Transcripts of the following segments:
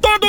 todo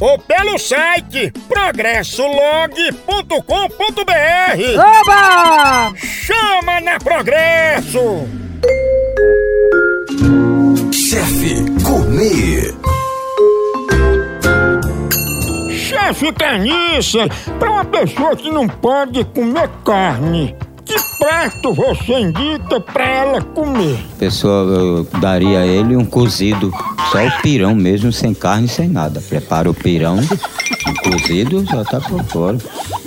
ou pelo site progressolog.com.br. Oba! Chama na Progresso! Chefe Gourmet. Chefe Carniça, para uma pessoa que não pode comer carne, que prato você indica para ela comer? pessoa eu daria a ele um cozido, só o pirão mesmo, sem carne, sem nada. Prepara o pirão, o cozido já tá por fora.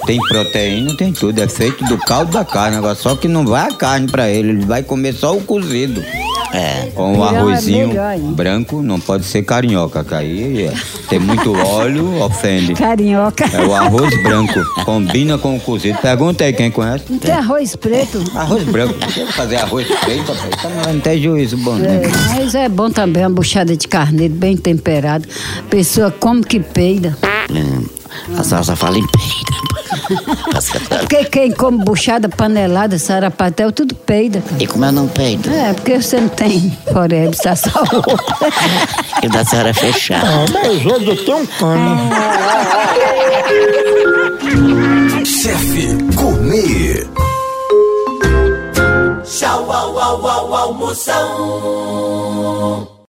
Tem proteína, tem tudo, é feito do caldo da carne, agora só que não vai a carne pra ele, ele vai comer só o cozido. É. Com um Pirão é arrozinho melhor, hein? branco, não pode ser carinhoca, que aí é, tem muito óleo, ofende. Carinhoca. É o arroz branco, combina com o cozido. Pergunta aí quem conhece. Não tem arroz preto? Arroz branco, por que fazer arroz feito? rapaz? Tá, Não tem juízo bom, né? É, mas é bom também uma buchada de carneiro bem temperada. Pessoa como que peida. Hum, A senhora só fala em peida. Porque quem come buchada, panelada, sarapatel, tudo peida, cara. E como eu não peido? É, porque você não tem forebe, tá só E da senhora fechar. Ah, mas hoje tem um cano. Chefe Gourmet. Tchau, au, au, au, almoção.